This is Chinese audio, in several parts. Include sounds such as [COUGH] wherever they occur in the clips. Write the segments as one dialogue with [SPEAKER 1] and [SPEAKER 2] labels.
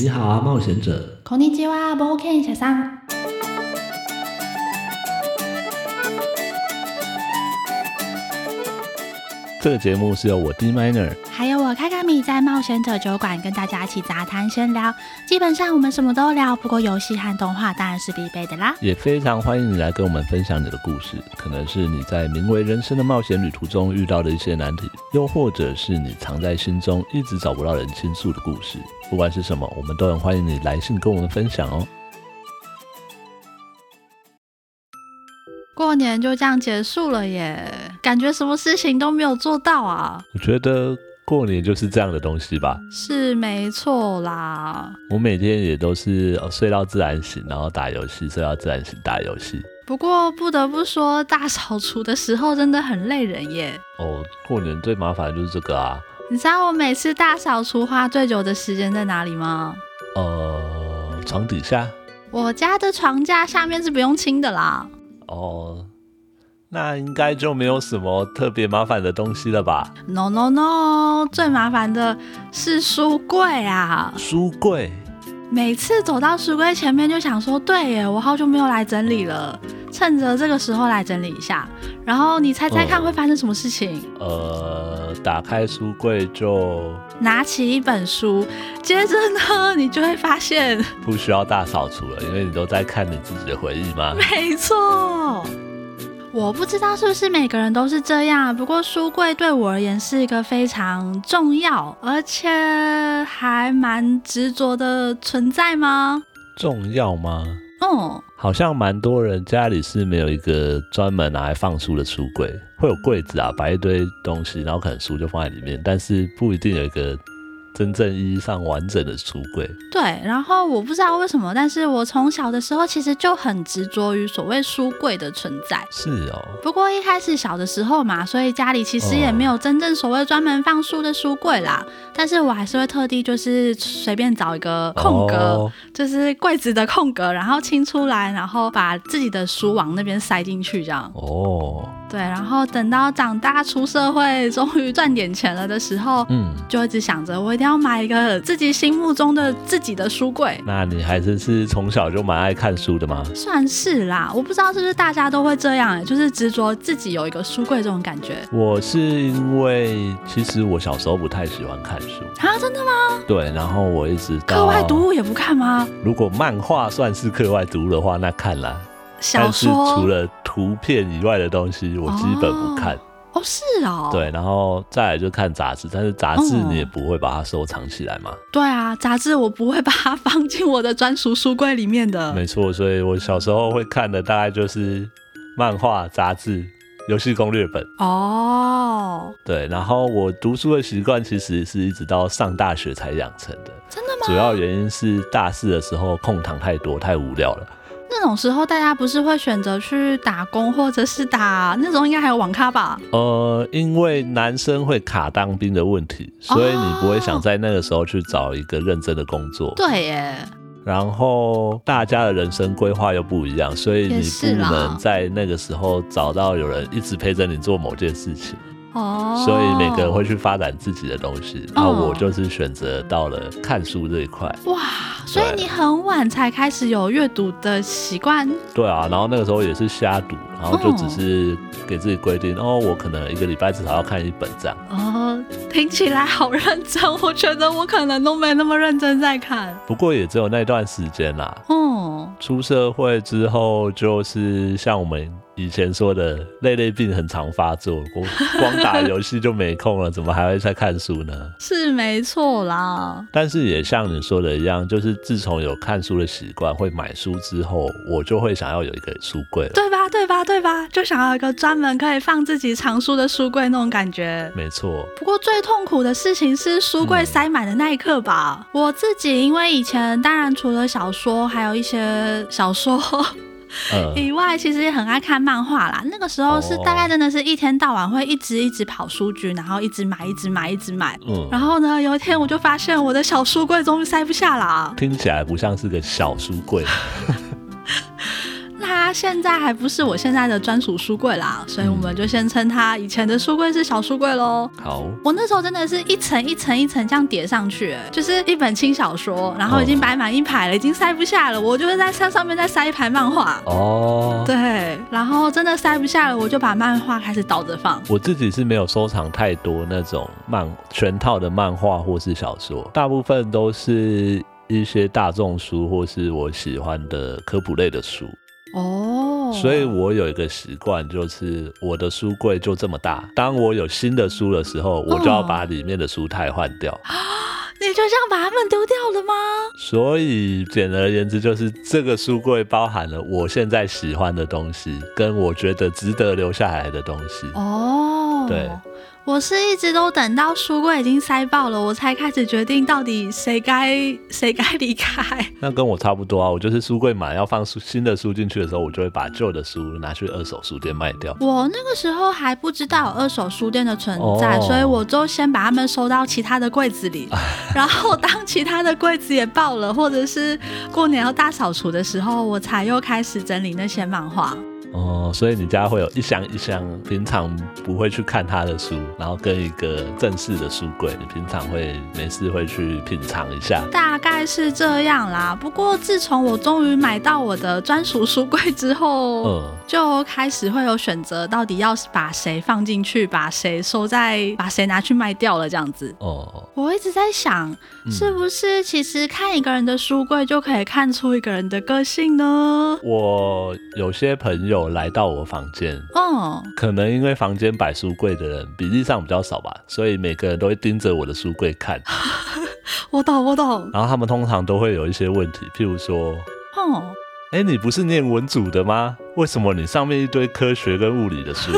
[SPEAKER 1] 你好啊，冒险者。
[SPEAKER 2] こんにちは、冒険者さん。
[SPEAKER 3] 这个节目是由我 D Minor
[SPEAKER 2] 还有我卡卡米在冒险者酒馆跟大家一起杂谈闲聊，基本上我们什么都聊，不过游戏和动画当然是必备的啦。
[SPEAKER 3] 也非常欢迎你来跟我们分享你的故事，可能是你在名为人生的冒险旅途中遇到的一些难题，又或者是你藏在心中一直找不到人倾诉的故事。不管是什么，我们都很欢迎你来信跟我们分享哦。
[SPEAKER 2] 过年就这样结束了耶，感觉什么事情都没有做到啊，
[SPEAKER 3] 我觉得过年就是这样的东西吧。
[SPEAKER 2] 是没错啦。
[SPEAKER 3] 我每天也都是哦睡到自然醒，然后打游戏，睡到自然醒打游戏。
[SPEAKER 2] 不过不得不说，大扫除的时候真的很累人耶。
[SPEAKER 3] 哦，过年最麻烦的就是这个啊。
[SPEAKER 2] 你知道我每次大扫除花最久的时间在哪里吗？
[SPEAKER 3] 呃，床底下
[SPEAKER 2] 我家的床架下面是不用清的啦。
[SPEAKER 3] 哦，那应该就没有什么特别麻烦的东西了吧？
[SPEAKER 2] No No No，最麻烦的是书柜啊！
[SPEAKER 3] 书柜
[SPEAKER 2] 每次走到书柜前面就想说，对耶，我好久没有来整理了，趁着这个时候来整理一下。然后你猜猜看
[SPEAKER 3] 哦
[SPEAKER 2] 会发生什么事情？
[SPEAKER 3] 呃，打开书柜就
[SPEAKER 2] 拿起一本书，接着呢，你就会发现，
[SPEAKER 3] 不需要大扫除了，因为你都在看你自己的回忆
[SPEAKER 2] [LAUGHS]
[SPEAKER 3] 嘛。
[SPEAKER 2] 没错。我不知道是不是每个人都是这样，不过书柜对我而言是一个非常重要，而且还蛮执着的存在吗？
[SPEAKER 3] 重要吗？
[SPEAKER 2] 嗯，
[SPEAKER 3] 好像蛮多人家里是没有一个专门拿来放书的书柜，会有柜子啊，摆一堆东西，然后可能书就放在里面，但是不一定有一个真正意义上完整的书柜。
[SPEAKER 2] 对，然后我不知道为什么，但是我从小的时候其实就很执着于所谓书柜的存在。
[SPEAKER 3] 是哦，
[SPEAKER 2] 不过一开始小的时候嘛，所以家里其实也没有真正所谓专门放书的书柜啦。但是我还是会特地就是随便找一个空格，
[SPEAKER 3] 哦
[SPEAKER 2] 就是柜子的空格，然后清出来，然后把自己的书往那边塞进去，这样。
[SPEAKER 3] 哦，
[SPEAKER 2] 对，然后等到长大出社会，终于赚点钱了的时候，
[SPEAKER 3] 嗯，
[SPEAKER 2] 就一直想着我一定要买一个自己心目中的自己的书柜。
[SPEAKER 3] 那你还真是从小就蛮爱看书的吗？
[SPEAKER 2] 算是啦，我不知道是不是大家都会这样、欸就是执着自己有一个书柜这种感觉
[SPEAKER 3] 我是因为其实我小时候不太喜欢看书，
[SPEAKER 2] 啊？真的吗？
[SPEAKER 3] 对，然后我一直到
[SPEAKER 2] 课外读物也不看吗？
[SPEAKER 3] 如果漫画算是课外读物的话，那看啦。
[SPEAKER 2] 小
[SPEAKER 3] 但是除
[SPEAKER 2] 说
[SPEAKER 3] 了图片以外的东西，我基本不看。
[SPEAKER 2] 哦，是哦，
[SPEAKER 3] 对，然后再来就看杂志，但是杂志
[SPEAKER 2] 哦
[SPEAKER 3] 你也不会把它收藏起来嘛。
[SPEAKER 2] 对啊，杂志我不会把它放进我的专属书柜里面的。
[SPEAKER 3] 没错，所以我小时候会看的大概就是漫画、杂志、游戏攻略本。
[SPEAKER 2] 哦，
[SPEAKER 3] 对，然后我读书的习惯其实是一直到上大学才养成的。
[SPEAKER 2] 真的吗？
[SPEAKER 3] 主要原因是大四的时候空堂太多，太无聊了。
[SPEAKER 2] 那种时候大家不是会选择去打工，或者是打那种应该还有网咖吧？
[SPEAKER 3] 呃，因为男生会卡当兵的问题，所以你不会想在那个时候去找一个认真的工作。
[SPEAKER 2] 哦对耶，
[SPEAKER 3] 然后大家的人生规划又不一样，所以
[SPEAKER 2] 也
[SPEAKER 3] 你
[SPEAKER 2] 是啦
[SPEAKER 3] 不能在那个时候找到有人一直陪着你做某件事情。
[SPEAKER 2] 哦，
[SPEAKER 3] 所以每个人会去发展自己的东西。然后
[SPEAKER 2] 哦
[SPEAKER 3] 我就是选择到了看书这一块。
[SPEAKER 2] 哇，所以
[SPEAKER 3] 对
[SPEAKER 2] 你很晚才开始有阅读的习惯
[SPEAKER 3] 对啊，然后那个时候也是瞎读，然后就只
[SPEAKER 2] 哦
[SPEAKER 3] 是给自己规定，哦，我可能一个礼拜至少要看一本这样。
[SPEAKER 2] 哦，听起来好认真，我觉得我可能都没那么认真在看。
[SPEAKER 3] 不过也只有那段时间啦。
[SPEAKER 2] 哦，
[SPEAKER 3] 出社会之后，就是像我们以前说的，类类病很常发作，光光打游戏就没空了，怎么还会在看书呢？
[SPEAKER 2] [LAUGHS] 是没错啦。
[SPEAKER 3] 但是也像你说的一样，就是自从有看书的习惯，会买书之后，我就会想要有一个书柜了。
[SPEAKER 2] 对吧？对吧？对吧？就想要一个专门可以放自己藏书的书柜那种感觉。
[SPEAKER 3] 没错，
[SPEAKER 2] 不过最痛苦的事情是书柜塞满的那一刻吧。我自己因为以前当然除了小说，还有一些小说 [LAUGHS]
[SPEAKER 3] 呃，
[SPEAKER 2] 以外，其实也很爱看漫画啦。那个时候是大概
[SPEAKER 3] 哦
[SPEAKER 2] 真的是一天到晚会一直一直跑书局，然后一直买，一直买，一直买。
[SPEAKER 3] 嗯，
[SPEAKER 2] 然后呢，有一天我就发现我的小书柜终于塞不下了啊，
[SPEAKER 3] 听起来不像是个小书柜。
[SPEAKER 2] 那它现在还不是我现在的专属书柜啦，所以我们就先称它以前的书柜是小书柜喽。
[SPEAKER 3] 好，
[SPEAKER 2] 我那时候真的是一层一层一层这样叠上去、哎就是一本轻小说，然后已经摆满一排了，已经塞不下了，我就是在它上面再塞一排漫画。
[SPEAKER 3] 哦，
[SPEAKER 2] 对，然后真的塞不下了，我就把漫画开始倒着放。
[SPEAKER 3] 我自己是没有收藏太多那种漫全套的漫画或是小说，大部分都是一些大众书或是我喜欢的科普类的书。
[SPEAKER 2] 哦，
[SPEAKER 3] 所以我有一个习惯，就是我的书柜就这么大。当我有新的书的时候，我就要把里面的书太换掉。
[SPEAKER 2] 你就这样把它们丢掉了吗？
[SPEAKER 3] 所以简而言之，就是这个书柜包含了我现在喜欢的东西，跟我觉得值得留下来的东西。
[SPEAKER 2] 哦，
[SPEAKER 3] 对，
[SPEAKER 2] 我是一直都等到书柜已经塞爆了，我才开始决定到底谁该谁该离开。
[SPEAKER 3] 那跟我差不多啊，我就是书柜满要放书新的书进去的时候，我就会把旧的书拿去二手书店卖掉。
[SPEAKER 2] 我那个时候还不知道有二手书店的存在，
[SPEAKER 3] 哦
[SPEAKER 2] 所以我就先把它们收到其他的柜子
[SPEAKER 3] [LAUGHS]
[SPEAKER 2] 里。然后当其他的柜子也爆了，或者是过年要大扫除的时候，我才又开始整理那些漫画。
[SPEAKER 3] 哦，所以你家会有一箱一箱平常不会去看它的书，然后跟一个正式的书柜，你平常会没事会去品尝一下。
[SPEAKER 2] 大概是这样啦。不过自从我终于买到我的专属书柜之后，
[SPEAKER 3] 嗯，
[SPEAKER 2] 就开始会有选择，到底要把谁放进去，把谁收在，把谁拿去卖掉了这样子。
[SPEAKER 3] 哦，
[SPEAKER 2] 我一直在想，
[SPEAKER 3] 嗯
[SPEAKER 2] 是不是其实看一个人的书柜就可以看出一个人的个性呢？
[SPEAKER 3] 我有些朋友来到我房间，
[SPEAKER 2] 嗯，
[SPEAKER 3] 可能因为房间摆书柜的人比例上比较少吧，所以每个人都会盯着我的书柜看。
[SPEAKER 2] 我懂，我懂。
[SPEAKER 3] 然后他们通常都会有一些问题，譬如说，
[SPEAKER 2] 嗯，
[SPEAKER 3] 哎，你不是念文组的吗？为什么你上面一堆科学跟物理的书？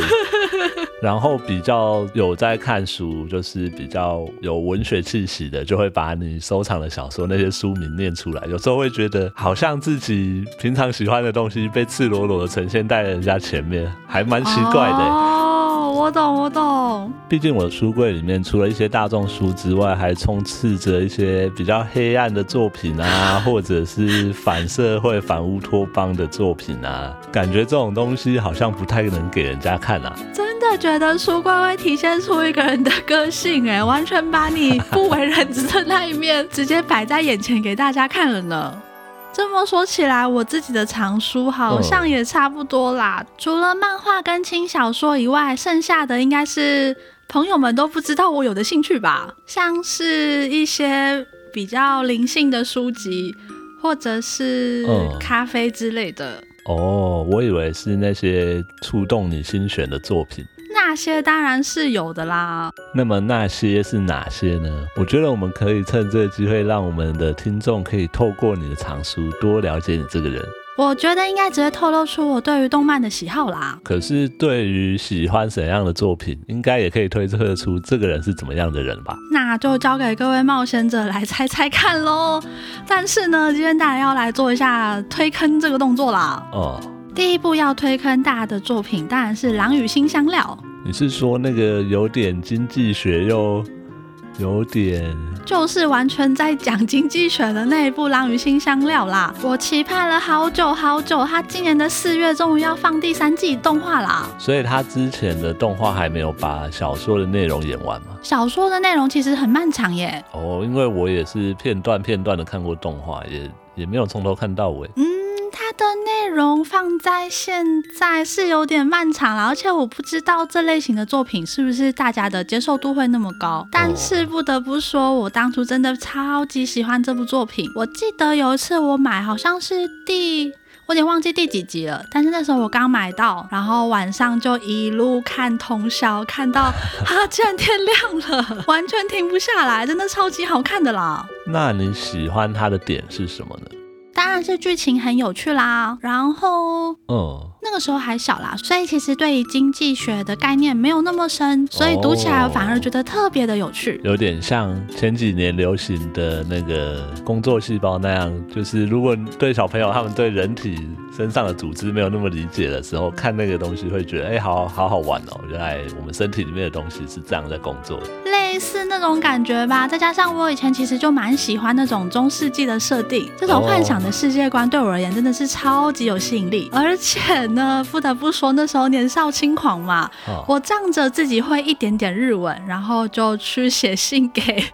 [SPEAKER 3] 然后比较有在看书，就是比较有文学气息的，就会把你收藏的小说那些书名念出来。有时候会觉得好像自己平常喜欢的东西被赤裸裸的呈现在人家前面，还蛮奇怪的欸、
[SPEAKER 2] 哦，我懂，我懂。
[SPEAKER 3] 毕竟我的书柜里面除了一些大众书之外，还充斥着一些比较黑暗的作品啊，或者是反社会、反乌托邦的作品啊。感觉这种东西好像不太能给人家看啊。
[SPEAKER 2] 真的觉得书柜会体现出一个人的个性，哎，完全把你不为人知的那一面 [LAUGHS] 直接摆在眼前给大家看了呢。这么说起来，我自己的藏书好像也差不多啦，除了漫画跟轻小说以外，剩下的应该是朋友们都不知道我有的兴趣吧，像是一些比较灵性的书籍，或者是
[SPEAKER 3] 嗯
[SPEAKER 2] 咖啡之类的。
[SPEAKER 3] 哦，我以为是那些触动你心弦的作品。
[SPEAKER 2] 那些当然是有的啦，
[SPEAKER 3] 那么那些是哪些呢？我觉得我们可以趁这个机会，让我们的听众可以透过你的藏书多了解你这个人。
[SPEAKER 2] 我觉得应该直接透露出我对于动漫的喜好啦。
[SPEAKER 3] 可是对于喜欢怎样的作品，应该也可以推测出这个人是怎么样的人吧？
[SPEAKER 2] 那就交给各位冒险者来猜猜看喽。但是呢，今天大家要来做一下推坑这个动作啦。
[SPEAKER 3] 哦，
[SPEAKER 2] 第一步要推坑大家的作品，当然是《狼与辛香料
[SPEAKER 3] 你是说那个有点经济学又有点……》，
[SPEAKER 2] 就是完全在讲经济学的那一部《狼与辛香料》啦。我期盼了好久好久，它今年的四月终于要放第三季动画啦。
[SPEAKER 3] 所以他之前的动画还没有把小说的内容演完吗？
[SPEAKER 2] 小说的内容其实很漫长耶，
[SPEAKER 3] 哦，因为我也是片段片段的看过动画，也也没有从头看到尾。
[SPEAKER 2] 嗯，它的内容放在现在是有点漫长了，而且我不知道这类型的作品是不是大家的接受度会那么高。但是不得不说，我当初真的超级喜欢这部作品。我记得有一次我买，好像是第。我有点忘记第几集了，但是那时候我刚买到，然后晚上就一路看通宵，看到啊，竟然天亮了，完全停不下来，真的超级好看的啦。
[SPEAKER 3] 那你喜欢他的点是什么呢？
[SPEAKER 2] 当然是剧情很有趣啦，然后
[SPEAKER 3] 嗯，
[SPEAKER 2] 那个时候还小啦，所以其实对于经济学的概念没有那么深，所以读起来我反而觉得特别的有趣。
[SPEAKER 3] 有点像前几年流行的那个工作细胞那样，就是如果对小朋友他们对人体身上的组织没有那么理解的时候，看那个东西会觉得，哎、好好好玩哦，原来我们身体里面的东西是这样在工作的。
[SPEAKER 2] 类似那那种感觉吧。再加上我以前其实就蛮喜欢那种中世纪的设定，这种幻想的世界观对我而言真的是超级有吸引力。而且呢，不得不说那时候年少轻狂嘛，
[SPEAKER 3] 哦
[SPEAKER 2] 我仗着自己会一点点日文，然后就去写信给 [LAUGHS] 《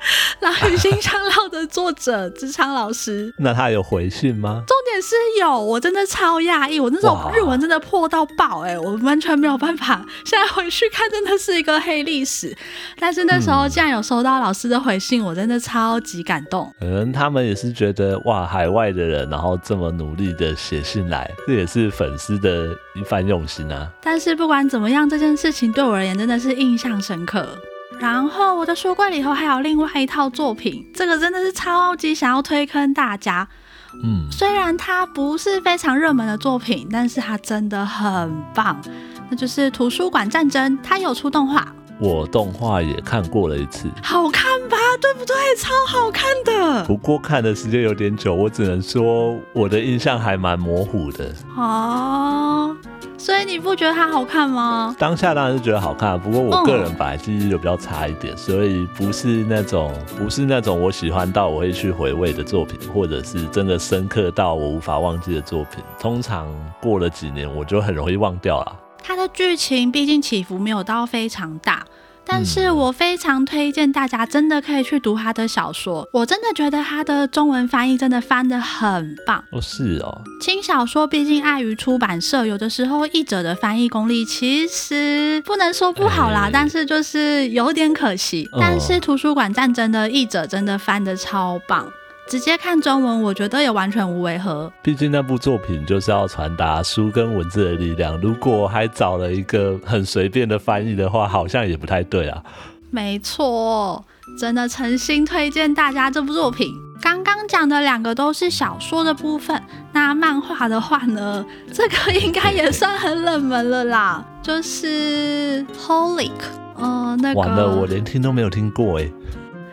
[SPEAKER 2] 狼与新香料》的作者志昌老师。
[SPEAKER 3] [LAUGHS] 那他有回信吗？
[SPEAKER 2] 重点是有，我真的超讶异，我那种
[SPEAKER 3] 哇
[SPEAKER 2] 日文真的破到爆哎、我完全没有办法。现在回去看，真的是一个黑历史。但是那时候竟然有收到老师的回信，我真的超级感动。
[SPEAKER 3] 可能他们也是觉得哇，海外的人然后这么努力的写信来，这也是粉丝的一番用心啊。
[SPEAKER 2] 但是不管怎么样，这件事情对我而言真的是印象深刻。然后我的书柜里头还有另外一套作品，这个真的是超级想要推坑大家。
[SPEAKER 3] 嗯，
[SPEAKER 2] 虽然它不是非常热门的作品，但是它真的很棒。那就是《图书馆战争》，它有出动画，
[SPEAKER 3] 我动画也看过了一次，
[SPEAKER 2] 好看吧？对不对？超好看的
[SPEAKER 3] 不过看的时间有点久，我只能说我的印象还蛮模糊的。
[SPEAKER 2] 哦。所以你不觉得它好看吗？
[SPEAKER 3] 当下当然是觉得好看，啊不过我
[SPEAKER 2] 嗯
[SPEAKER 3] 个人本来记忆就比较差一点，所以不是那种不是那种我喜欢到我会去回味的作品，或者是真的深刻到我无法忘记的作品。通常过了几年，我就很容易忘掉了。
[SPEAKER 2] 它的剧情毕竟起伏没有到非常大，但是我非常推荐大家真的可以去读他的小说。我真的觉得他的中文翻译真的翻得很棒。
[SPEAKER 3] 哦，是哦，
[SPEAKER 2] 轻小说毕竟碍于出版社，有的时候译者的翻译功力其实不能说不好啦，
[SPEAKER 3] 哎
[SPEAKER 2] 但是就是有点可惜。
[SPEAKER 3] 哦
[SPEAKER 2] 但是《图书馆战争》的译者真的翻得超棒，直接看中文我觉得也完全无违和。
[SPEAKER 3] 毕竟那部作品就是要传达书跟文字的力量。如果还找了一个很随便的翻译的话，好像也不太对啊。
[SPEAKER 2] 没错，真的诚心推荐大家这部作品。刚刚讲的两个都是小说的部分，那漫画的话呢，这个应该也算很冷门了啦，就是《Holic》。呃，那个
[SPEAKER 3] 完了，我连听都没有听过哎、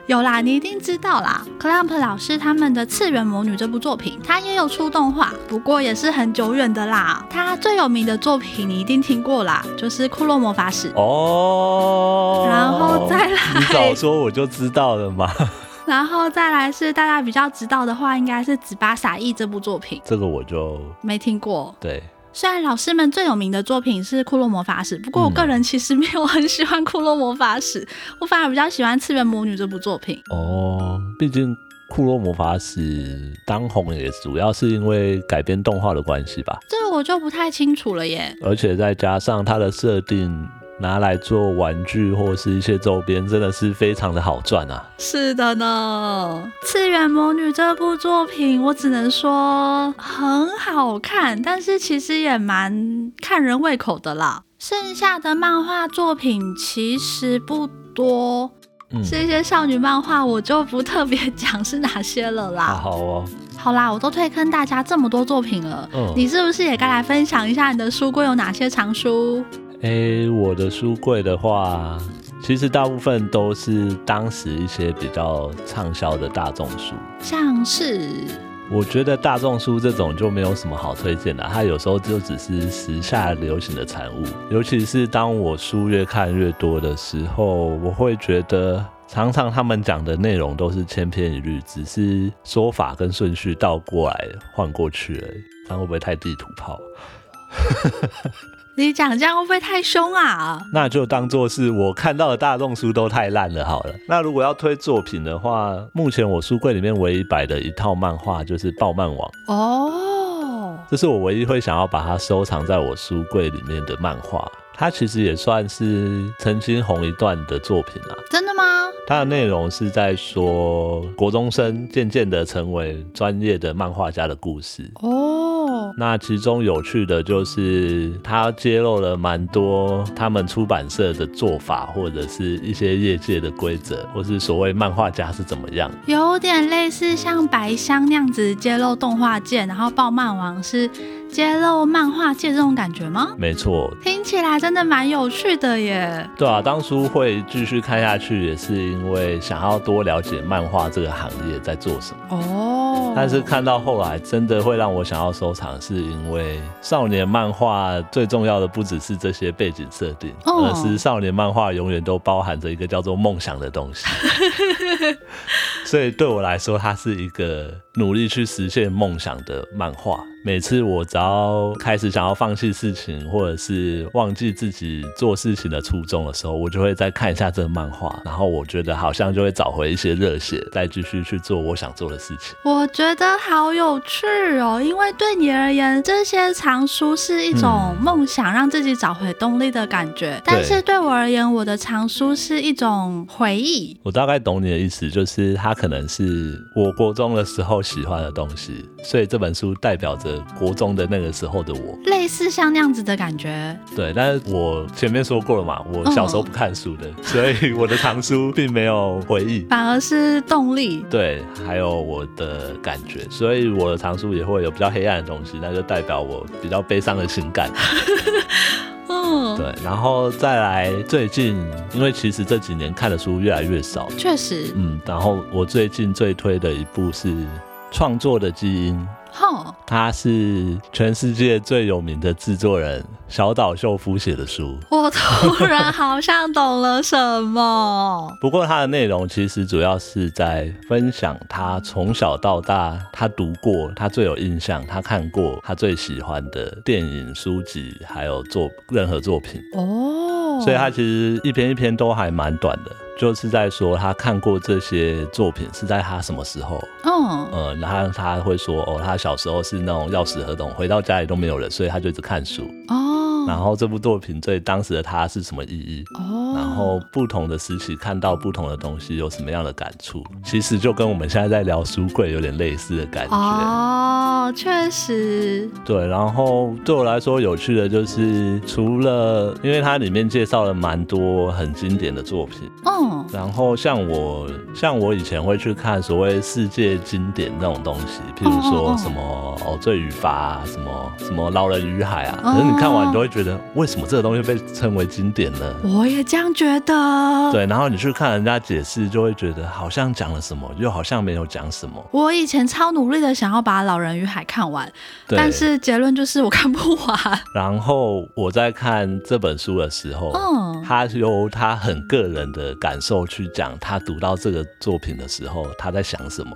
[SPEAKER 2] 有啦，你一定知道啦。Clamp 老师他们的《次元魔女》这部作品，它也有出动画，不过也是很久远的啦。它最有名的作品你一定听过啦，就是《库洛魔法使》。
[SPEAKER 3] 哦，
[SPEAKER 2] 然后再来
[SPEAKER 3] 你早说我就知道了嘛。 [LAUGHS]
[SPEAKER 2] 然后再来是大家比较知道的话，应该是《紫巴撒意》这部作品，
[SPEAKER 3] 这个我就
[SPEAKER 2] 没听过。
[SPEAKER 3] 对，
[SPEAKER 2] 虽然老师们最有名的作品是《库洛魔法使》，不过我个人其实没有很喜欢《库洛魔法使》，我反而比较喜欢《次元魔女》这部作品。
[SPEAKER 3] 哦，毕竟库洛魔法使当红也主要是因为改编动画的关系吧，
[SPEAKER 2] 这个我就不太清楚了耶。
[SPEAKER 3] 而且再加上它的设定。拿来做玩具或是一些周边，真的是非常的好赚啊！
[SPEAKER 2] 是的呢，《次元魔女》这部作品，我只能说很好看，但是其实也蛮看人胃口的啦。剩下的漫画作品其实不多，
[SPEAKER 3] 嗯，
[SPEAKER 2] 是一些少女漫画，我就不特别讲是哪些了
[SPEAKER 3] 好
[SPEAKER 2] 啦。
[SPEAKER 3] 好哦，
[SPEAKER 2] 好啦，我都推坑大家这么多作品了，
[SPEAKER 3] 嗯，
[SPEAKER 2] 你是不是也该来分享一下你的书柜有哪些藏书？
[SPEAKER 3] 诶、我的书柜的话，其实大部分都是当时一些比较畅销的大众书，
[SPEAKER 2] 像是
[SPEAKER 3] 我觉得大众书这种就没有什么好推荐的，它有时候就只是时下流行的产物。尤其是当我书越看越多的时候，我会觉得常常他们讲的内容都是千篇一律，只是说法跟顺序倒过来换过去而已。这样会不会太地图炮？
[SPEAKER 2] 你讲这样会不会太凶啊？
[SPEAKER 3] 那就当做是我看到的大众书都太烂了好了。那如果要推作品的话，目前我书柜里面唯一摆的一套漫画就是《暴漫网》。
[SPEAKER 2] 哦，
[SPEAKER 3] 这是我唯一会想要把它收藏在我书柜里面的漫画。它其实也算是曾经红一段的作品啊。
[SPEAKER 2] 真的吗？
[SPEAKER 3] 它的内容是在说国中生渐渐的成为专业的漫画家的故事。
[SPEAKER 2] 哦，
[SPEAKER 3] 那其中有趣的就是，它揭露了蛮多他们出版社的做法，或者是一些业界的规则，或是所谓漫画家是怎么样。
[SPEAKER 2] 有点类似像白箱那样子揭露动画界，然后暴漫王是揭露漫画界这种感觉吗？
[SPEAKER 3] 没错，
[SPEAKER 2] 听起来真的蛮有趣的耶。
[SPEAKER 3] 对啊，当初会继续看下去，也是因为想要多了解漫画这个行业在做什么。
[SPEAKER 2] 哦，
[SPEAKER 3] 但是看到后来，真的会让我想要收藏，是因为少年漫画最重要的不只是这些背景设定，
[SPEAKER 2] 哦
[SPEAKER 3] 而是少年漫画永远都包含着一个叫做梦想的东西。
[SPEAKER 2] [LAUGHS]
[SPEAKER 3] 所以对我来说，它是一个努力去实现梦想的漫画。每次我只要开始想要放弃事情，或者是忘记自己做事情的初衷的时候，我就会再看一下这个漫画，然后我觉得好像就会找回一些热血，再继续去做我想做的事情。
[SPEAKER 2] 我觉得好有趣哦，因为对你而言，这些藏书是一种梦想，让自己找回动力的感觉。但是对我而言，我的藏书是一种回忆。
[SPEAKER 3] 我大概懂你的意思，就是它可能是我国中的时候喜欢的东西，所以这本书代表着国中的那个时候的我。
[SPEAKER 2] 类似像那样子的感觉，
[SPEAKER 3] 对，但是我前面说过了嘛，我小时候不看书的，所以我的藏书并没有回忆。
[SPEAKER 2] 反而是动力。
[SPEAKER 3] 对，还有我的感觉，所以我的藏书也会有比较黑暗的东西，那就代表我比较悲伤的情感。
[SPEAKER 2] 嗯，
[SPEAKER 3] 对，然后再来最近，因为其实这几年看的书越来越少，
[SPEAKER 2] 确实，
[SPEAKER 3] 嗯，然后我最近最推的一部是《创作的基因》，
[SPEAKER 2] 吼，
[SPEAKER 3] 它是全世界最有名的制作人小岛秀夫写的书。
[SPEAKER 2] 我突然好像懂了什么。
[SPEAKER 3] 不过它的内容其实主要是在分享他从小到大他读过、他最有印象、他看过、他最喜欢的电影、书籍，还有作任何作品。
[SPEAKER 2] [LAUGHS] 哦，
[SPEAKER 3] 所以它其实一篇一篇都还蛮短的，就是在说他看过这些作品是在他什么时候，
[SPEAKER 2] 嗯，
[SPEAKER 3] 呃，然后他会说，哦，他小时候是那种钥匙合同，回到家里都没有人，所以他就一直看书。
[SPEAKER 2] 哦，
[SPEAKER 3] 然后这部作品对当时的他是什么意义？
[SPEAKER 2] 哦，
[SPEAKER 3] 然后不同的时期看到不同的东西有什么样的感触？其实就跟我们现在在聊书柜有点类似的感觉。
[SPEAKER 2] 哦，确实，
[SPEAKER 3] 对，然后对我来说有趣的就是，除了因为它里面介绍了蛮多很经典的作品，
[SPEAKER 2] 嗯，
[SPEAKER 3] 然后像我像我以前会去看所谓世界经典那种东西，譬如
[SPEAKER 2] 哦哦哦
[SPEAKER 3] 说什么《哦罪与罚》啊，什么什么《老人与海》啊，
[SPEAKER 2] 哦
[SPEAKER 3] 可是你看完你都会觉得，为什么这个东西被称为经典呢？
[SPEAKER 2] 我也这样觉得。
[SPEAKER 3] 对，然后你去看人家解释，就会觉得好像讲了什么，又好像没有讲什么。
[SPEAKER 2] 我以前超努力的想要把《老人与海》看完，
[SPEAKER 3] 对，
[SPEAKER 2] 但是结论就是我看不
[SPEAKER 3] [LAUGHS]
[SPEAKER 2] 完。
[SPEAKER 3] 然后我在看这本书的时候，
[SPEAKER 2] 嗯，
[SPEAKER 3] 他由他很个人的感受去讲，他读到这个作品的时候，他在想什么，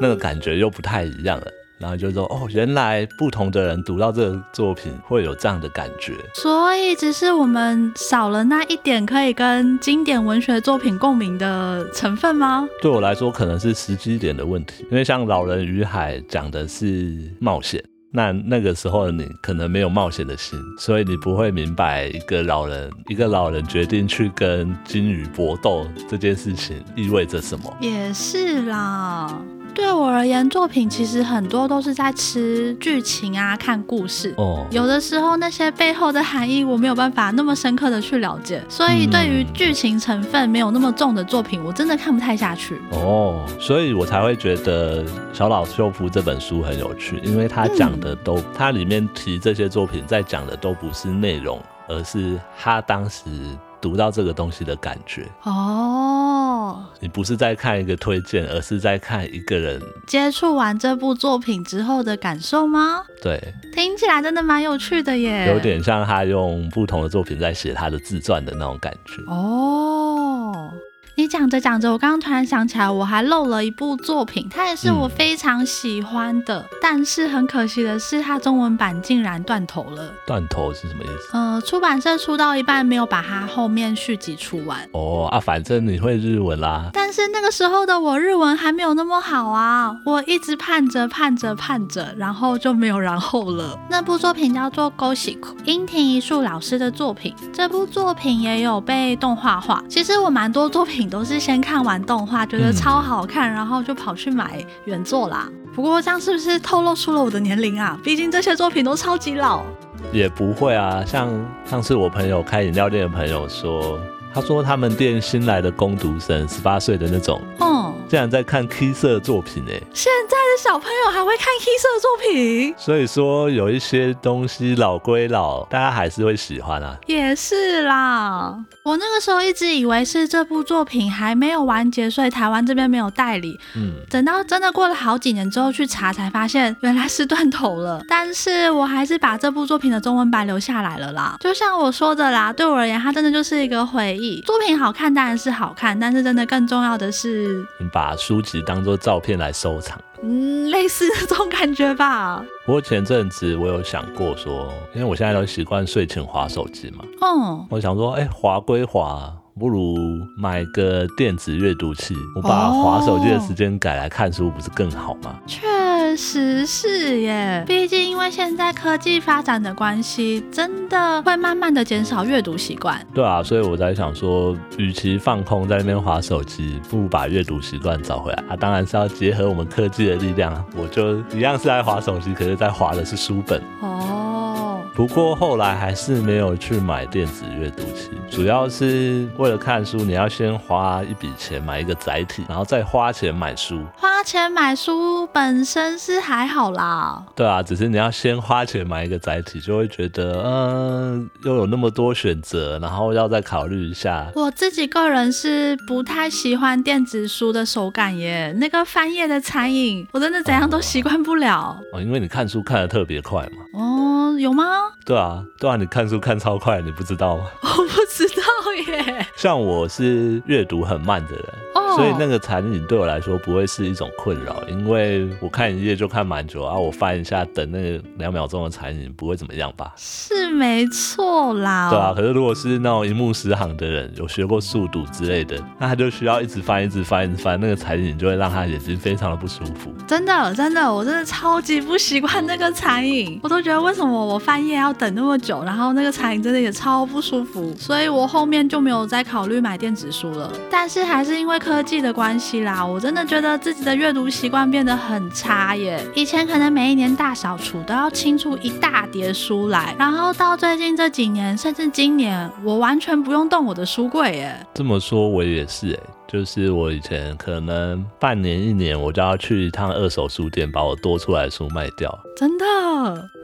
[SPEAKER 3] 那个感觉又不太一样了。然后就说哦，原来不同的人读到这个作品会有这样的感觉。
[SPEAKER 2] 所以只是我们少了那一点可以跟经典文学作品共鸣的成分吗？
[SPEAKER 3] 对我来说，可能是时机点的问题，因为像《老人与海》讲的是冒险，那那个时候你可能没有冒险的心，所以你不会明白一个老人一个老人决定去跟鲸鱼搏斗这件事情意味着什么。
[SPEAKER 2] 也是啦。对我而言，作品其实很多都是在吃剧情啊，看故事。
[SPEAKER 3] 哦，
[SPEAKER 2] 有的时候那些背后的含义我没有办法那么深刻的去了解，所以对于剧情成分没有那么重的作品，我真的看不太下去。
[SPEAKER 3] 哦，所以我才会觉得《小岛秀夫》这本书很有趣，因为他讲的都，他里面提这些作品在讲的都不是内容，而是他当时读到这个东西的感觉。
[SPEAKER 2] 哦，
[SPEAKER 3] 你不是在看一个推荐，而是在看一个人。
[SPEAKER 2] 接触完这部作品之后的感受吗？
[SPEAKER 3] 对，
[SPEAKER 2] 听起来真的蛮有趣的耶，
[SPEAKER 3] 有点像他用不同的作品在写他的自传的那种感觉。
[SPEAKER 2] 哦。你讲着讲着，我刚刚突然想起来，我还漏了一部作品，它也是我
[SPEAKER 3] 嗯
[SPEAKER 2] 非常喜欢的，但是很可惜的是，它中文版竟然断头了。
[SPEAKER 3] 断头是什么意思？
[SPEAKER 2] 呃，出版社出到一半没有把它后面续集出完，
[SPEAKER 3] 哦啊，反正你会日文啦。
[SPEAKER 2] 但是那个时候的我日文还没有那么好啊，我一直盼着盼着盼着，然后就没有然后了。那部作品叫做《g o s i k 樱田一树老师的作品。这部作品也有被动画化。其实我蛮多作品都是先看完动画，觉得
[SPEAKER 3] 嗯
[SPEAKER 2] 超好看，然后就跑去买原作啦。不过这样是不是透露出了我的年龄啊？毕竟这些作品都超级老。
[SPEAKER 3] 也不会啊，像上次我朋友开饮料店的朋友说，他说他们店新来的工读生，十八岁的那种，
[SPEAKER 2] 嗯，
[SPEAKER 3] 竟然在看 K 色作品哎、
[SPEAKER 2] 现在的小朋友还会看黑色作品，
[SPEAKER 3] 所以说有一些东西老归老，大家还是会喜欢啊。
[SPEAKER 2] 也是啦。我那个时候一直以为是这部作品还没有完结，所以台湾这边没有代理。
[SPEAKER 3] 嗯，
[SPEAKER 2] 等到真的过了好几年之后去查，才发现原来是断头了。但是我还是把这部作品的中文版留下来了啦。就像我说的啦，对我而言，它真的就是一个回忆。作品好看当然是好看，但是真的更重要的是，
[SPEAKER 3] 你把书籍当做照片来收藏。
[SPEAKER 2] 嗯，类似这种感觉 [LAUGHS] 吧。
[SPEAKER 3] 不过前阵子我有想过说，因为我现在都习惯睡前划手机嘛，
[SPEAKER 2] 嗯，
[SPEAKER 3] 我想说，哎、划归划，不如买个电子阅读器，我把划手机的时间改来看书，不是更好吗？
[SPEAKER 2] 确实是耶。毕竟因为现在科技发展的关系，真的会慢慢的减少阅读习惯。
[SPEAKER 3] 对啊，所以我才想说，与其放空在那边划手机，不如把阅读习惯找回来啊！当然是要结合我们科技的力量啊，我就一样是在划手机，可是在划的是书本。
[SPEAKER 2] 哦，
[SPEAKER 3] 不过后来还是没有去买电子阅读器，主要是为了看书，你要先花一笔钱买一个载体，然后再花钱买书。
[SPEAKER 2] 花钱买书本身是还好啦。
[SPEAKER 3] 对啊，只是你要先花钱买一个载体，就会觉得，嗯，又有那么多选择，然后要再考虑一下。
[SPEAKER 2] 我自己个人是不太喜欢电子书的手感耶，那个翻页的残影，我真的怎样都习惯不了。
[SPEAKER 3] 哦，因为你看书看得特别快嘛。
[SPEAKER 2] 哦，有吗？ [LAUGHS]
[SPEAKER 3] 对啊，对啊，你看书看超快，你不知道吗？
[SPEAKER 2] 我不知道耶。
[SPEAKER 3] 像我是阅读很慢的人，
[SPEAKER 2] 哦，
[SPEAKER 3] 所以那个残影对我来说不会是一种困扰，因为我看一页就看蛮久啊，我翻一下等那个两秒钟的残影不会怎么样吧？
[SPEAKER 2] 是没错啦。
[SPEAKER 3] 对啊，可是如果是那种一目十行的人，有学过速读之类的，那他就需要一直翻、一直翻、一直翻，那个残影就会让他眼睛非常的不舒服。
[SPEAKER 2] 真的真的，我真的超级不习惯那个残影，我都觉得为什么我翻页要等那么久，然后那个残影真的也超不舒服，所以我后面就没有再考虑买电子书了。但是还是因为科技的关系啦，我真的觉得自己的阅读习惯变得很差耶。以前可能每一年大扫除都要清出一大叠书来，然后到最近这几年，甚至今年，我完全不用动我的书柜耶。
[SPEAKER 3] 这么说，我也是诶、就是我以前可能半年、一年，我就要去一趟二手书店，把我多出来的书卖掉。
[SPEAKER 2] 真的，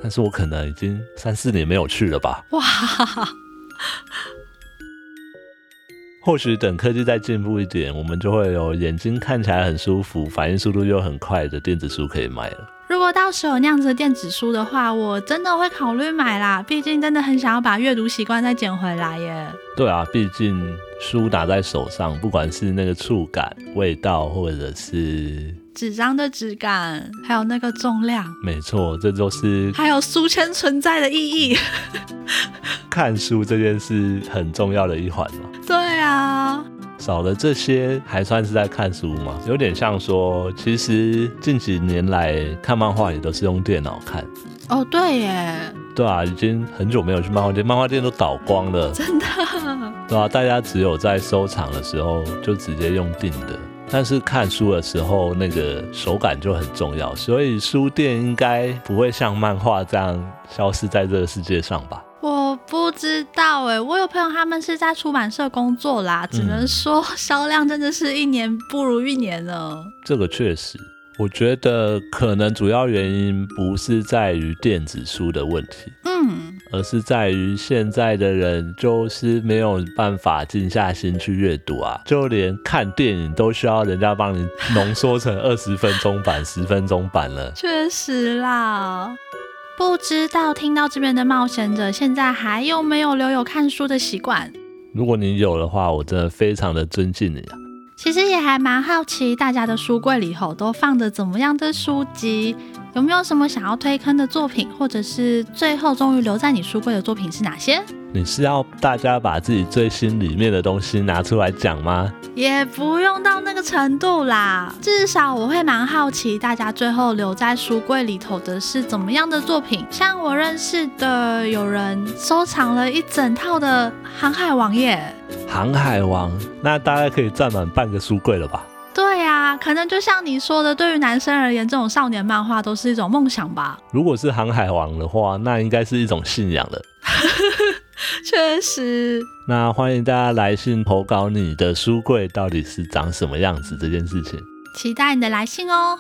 [SPEAKER 3] 但是我可能已经三四年没有去了吧。
[SPEAKER 2] 哇，
[SPEAKER 3] 或许等科技再进步一点，我们就会有眼睛看起来很舒服、反应速度又很快的电子书可以买了。
[SPEAKER 2] 如果到时有那样子的电子书的话，我真的会考虑买啦。毕竟真的很想要把阅读习惯再捡回来耶。
[SPEAKER 3] 对啊，毕竟书拿在手上，不管是那个触感、味道，或者是……
[SPEAKER 2] 纸张的质感，还有那个重量，
[SPEAKER 3] 没错，这就是
[SPEAKER 2] 还有书签存在的意义。 [LAUGHS]
[SPEAKER 3] 看书这件事很重要的一环嘛。
[SPEAKER 2] 对啊，
[SPEAKER 3] 少了这些，还算是在看书吗？有点像说，其实近几年来看漫画也都是用电脑看。
[SPEAKER 2] 哦对耶，
[SPEAKER 3] 对啊，已经很久没有去漫画店，漫画店都倒光了。
[SPEAKER 2] 真的
[SPEAKER 3] 对啊，大家只有在收藏的时候就直接用订的，但是看书的时候那个手感就很重要，所以书店应该不会像漫画这样消失在这个世界上吧？
[SPEAKER 2] 我不知道哎。我有朋友他们是在出版社工作啦，只能说销量真的是一年不如一年呢。
[SPEAKER 3] 这个确实，我觉得可能主要原因不是在于电子书的问题，
[SPEAKER 2] 嗯，
[SPEAKER 3] 而是在于现在的人就是没有办法静下心去阅读啊，就连看电影都需要人家帮你浓缩成二十分钟版、十分钟版了。
[SPEAKER 2] 确实啦。不知道听到这边的冒险者现在还有没有留有看书的习惯？
[SPEAKER 3] 如果你有的话，我真的非常的尊敬你啊。
[SPEAKER 2] 其实也还蛮好奇大家的书柜里头都放着怎么样的书籍，有没有什么想要推坑的作品，或者是最后终于留在你书柜的作品是哪些？
[SPEAKER 3] 你是要大家把自己最新里面的东西拿出来讲吗？
[SPEAKER 2] 也不用到那个程度啦，至少我会蛮好奇大家最后留在书柜里头的是怎么样的作品。像我认识的有人收藏了一整套的《航海王》耶。
[SPEAKER 3] 航海王，那大概可以占满半个书柜了吧？
[SPEAKER 2] 对呀、可能就像你说的，对于男生而言，这种少年漫画都是一种梦想吧。
[SPEAKER 3] 如果是航海王的话，那应该是一种信仰了。
[SPEAKER 2] 确实，
[SPEAKER 3] 那欢迎大家来信投稿你的书柜到底是长什么样子这件事情。
[SPEAKER 2] 期待你的来信哦。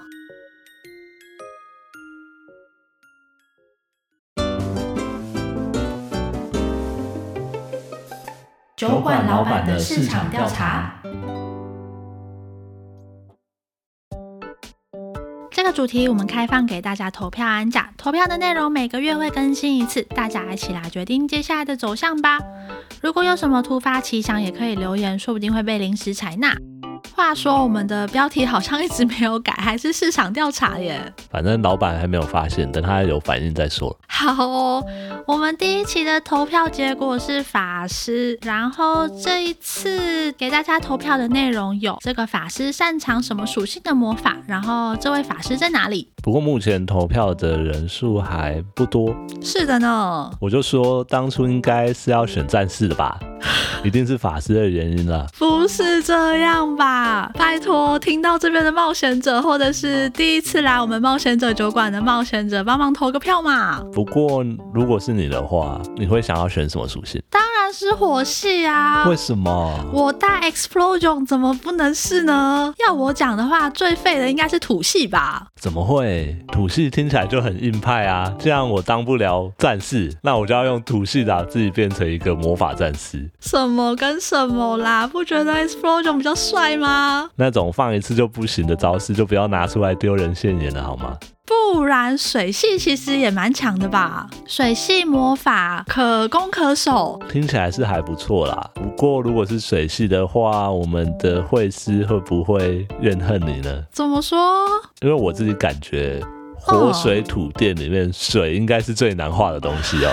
[SPEAKER 1] 酒馆老板的市场调查。
[SPEAKER 2] 这个主题我们开放给大家投票安假，投票的内容每个月会更新一次，大家一起来决定接下来的走向吧。如果有什么突发奇想，也可以留言，说不定会被临时采纳。话说，我们的标题好像一直没有改，还是市场调查耶。
[SPEAKER 3] 反正老板还没有发现，等他有反应再说。
[SPEAKER 2] 好哦，我们第一期的投票结果是法师，然后这一次给大家投票的内容有这个法师擅长什么属性的魔法，然后这位法师在哪里？
[SPEAKER 3] 不过目前投票的人数还不多，
[SPEAKER 2] 是的呢，
[SPEAKER 3] 我就说当初应该是要选战士的吧，一定是法师的原因啦。
[SPEAKER 2] 不是这样吧？拜托，听到这边的冒险者，或者是第一次来我们冒险者酒馆的冒险者，帮忙投个票嘛！
[SPEAKER 3] 不过如果是你的话，你会想要选什么属性？
[SPEAKER 2] 当然是火系啊！
[SPEAKER 3] 为什么？
[SPEAKER 2] 我带 explosion 怎么不能是呢？要我讲的话，最废的应该是土系吧？
[SPEAKER 3] 怎么会？土系听起来就很硬派啊！这样我当不了战士，那我就要用土系把自己变成一个魔法战士，
[SPEAKER 2] 什么跟什么啦？不觉得 explosion 比较帅吗？
[SPEAKER 3] 那种放一次就不行的招式就不要拿出来丢人现眼了好吗？
[SPEAKER 2] 不然水系其实也蛮强的吧？水系魔法可攻可守，
[SPEAKER 3] 听起来是还不错啦。不过如果是水系的话，我们的会师会不会怨恨你呢？
[SPEAKER 2] 怎么说？
[SPEAKER 3] 因为我自己感觉火水土电里面，水应该是最难画的东西哦、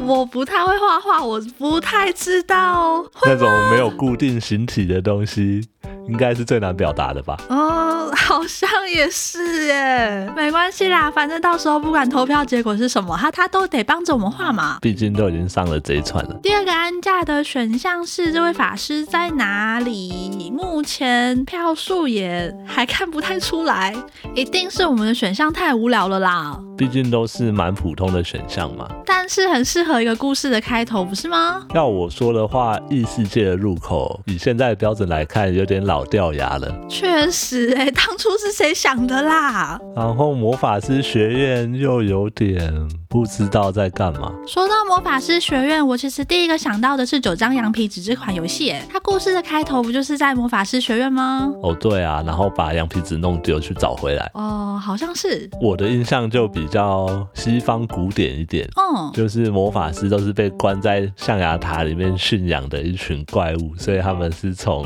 [SPEAKER 2] 我不太会画画，我不太知道。
[SPEAKER 3] 那种没有固定形体的东西，应该是最难表达的吧？
[SPEAKER 2] 嗯，好像也是耶。没关系啦，反正到时候不管投票结果是什么，他他都得帮着我们画嘛。
[SPEAKER 3] 毕竟都已经上了贼船了。
[SPEAKER 2] 第二个安价的选项是这位法师在哪里？目前票数也还看不太出来，一定是我们的选项太无聊了啦。
[SPEAKER 3] 毕竟都是蛮普通的选项嘛。
[SPEAKER 2] 但是很适合一个故事的开头，不是吗？
[SPEAKER 3] 要我说的话，异世界的入口以现在的标准来看，有点老掉牙了。
[SPEAKER 2] 确实、欸，哎，当初是谁想的啦？
[SPEAKER 3] 然后魔法师学院又有点不知道在干嘛。
[SPEAKER 2] 说到魔法师学院，我其实第一个想到的是《九张羊皮纸》这款游戏耶，它故事的开头不就是在魔法师学院吗？
[SPEAKER 3] 哦，对啊，然后把羊皮纸弄丢去找回来。
[SPEAKER 2] 哦，好像是，
[SPEAKER 3] 我的印象就比较西方古典一点，
[SPEAKER 2] 嗯，
[SPEAKER 3] 就是魔法师都是被关在象牙塔里面驯养的一群怪物，所以他们是从，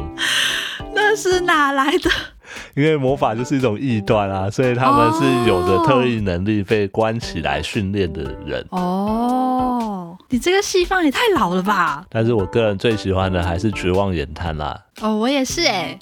[SPEAKER 2] 那是哪来的？
[SPEAKER 3] 因为魔法就是一种异端啊，所以他们是有着特异能力被关起来训练的人。
[SPEAKER 2] 哦，你这个戏放也太老了吧？
[SPEAKER 3] 但是我个人最喜欢的还是绝望眼滩啦。
[SPEAKER 2] 哦，我也是哎，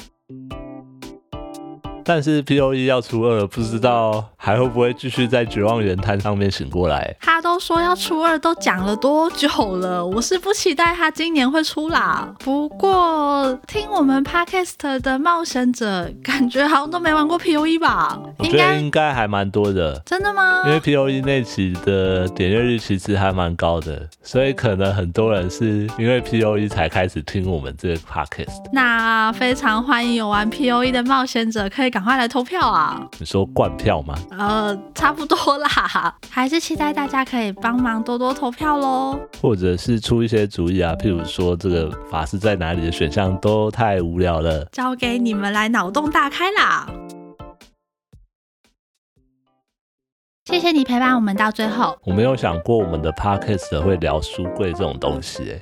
[SPEAKER 3] 但是 P O E 要初二了，不知道还会不会继续在绝望眼滩上面醒过来。
[SPEAKER 2] 他都说要出二，都讲了多久了？我是不期待他今年会出啦。不过听我们 podcast 的冒险者，感觉好像都没玩过 P O E 吧？
[SPEAKER 3] 我
[SPEAKER 2] 应
[SPEAKER 3] 觉得
[SPEAKER 2] 该
[SPEAKER 3] 应该还蛮多的，
[SPEAKER 2] 真的吗？
[SPEAKER 3] 因为 P O E 那期的点阅率其实还蛮高的，所以可能很多人是因为 P O E 才开始听我们这个 podcast。
[SPEAKER 2] 那非常欢迎有玩 P O E 的冒险者，可以赶快来投票啊！
[SPEAKER 3] 你说灌票吗？
[SPEAKER 2] 呃，差不多啦，还是期待大家可以帮忙多多投票喽。
[SPEAKER 3] 或者是出一些主意啊？譬如说这个法师在哪里的选项都太无聊了。
[SPEAKER 2] 交给你们来脑洞大开啦！谢谢你陪伴我们到最后。
[SPEAKER 3] 我没有想过我们的 podcast 会聊书柜这种东西、欸，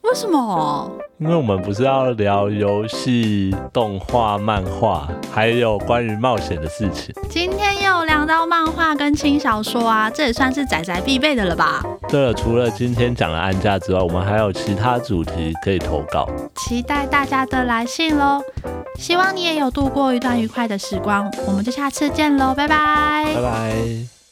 [SPEAKER 2] 为什么？
[SPEAKER 3] 因为我们不是要聊游戏、动画、漫画，还有关于冒险的事情。
[SPEAKER 2] 今天也有聊到漫画跟轻小说啊，这也算是仔仔必备的了吧？
[SPEAKER 3] 对了，除了今天讲的安家之外，我们还有其他主题可以投稿。
[SPEAKER 2] 期待大家的来信喽！希望你也有度过一段愉快的时光，我们就下次见喽，拜拜
[SPEAKER 3] 拜拜。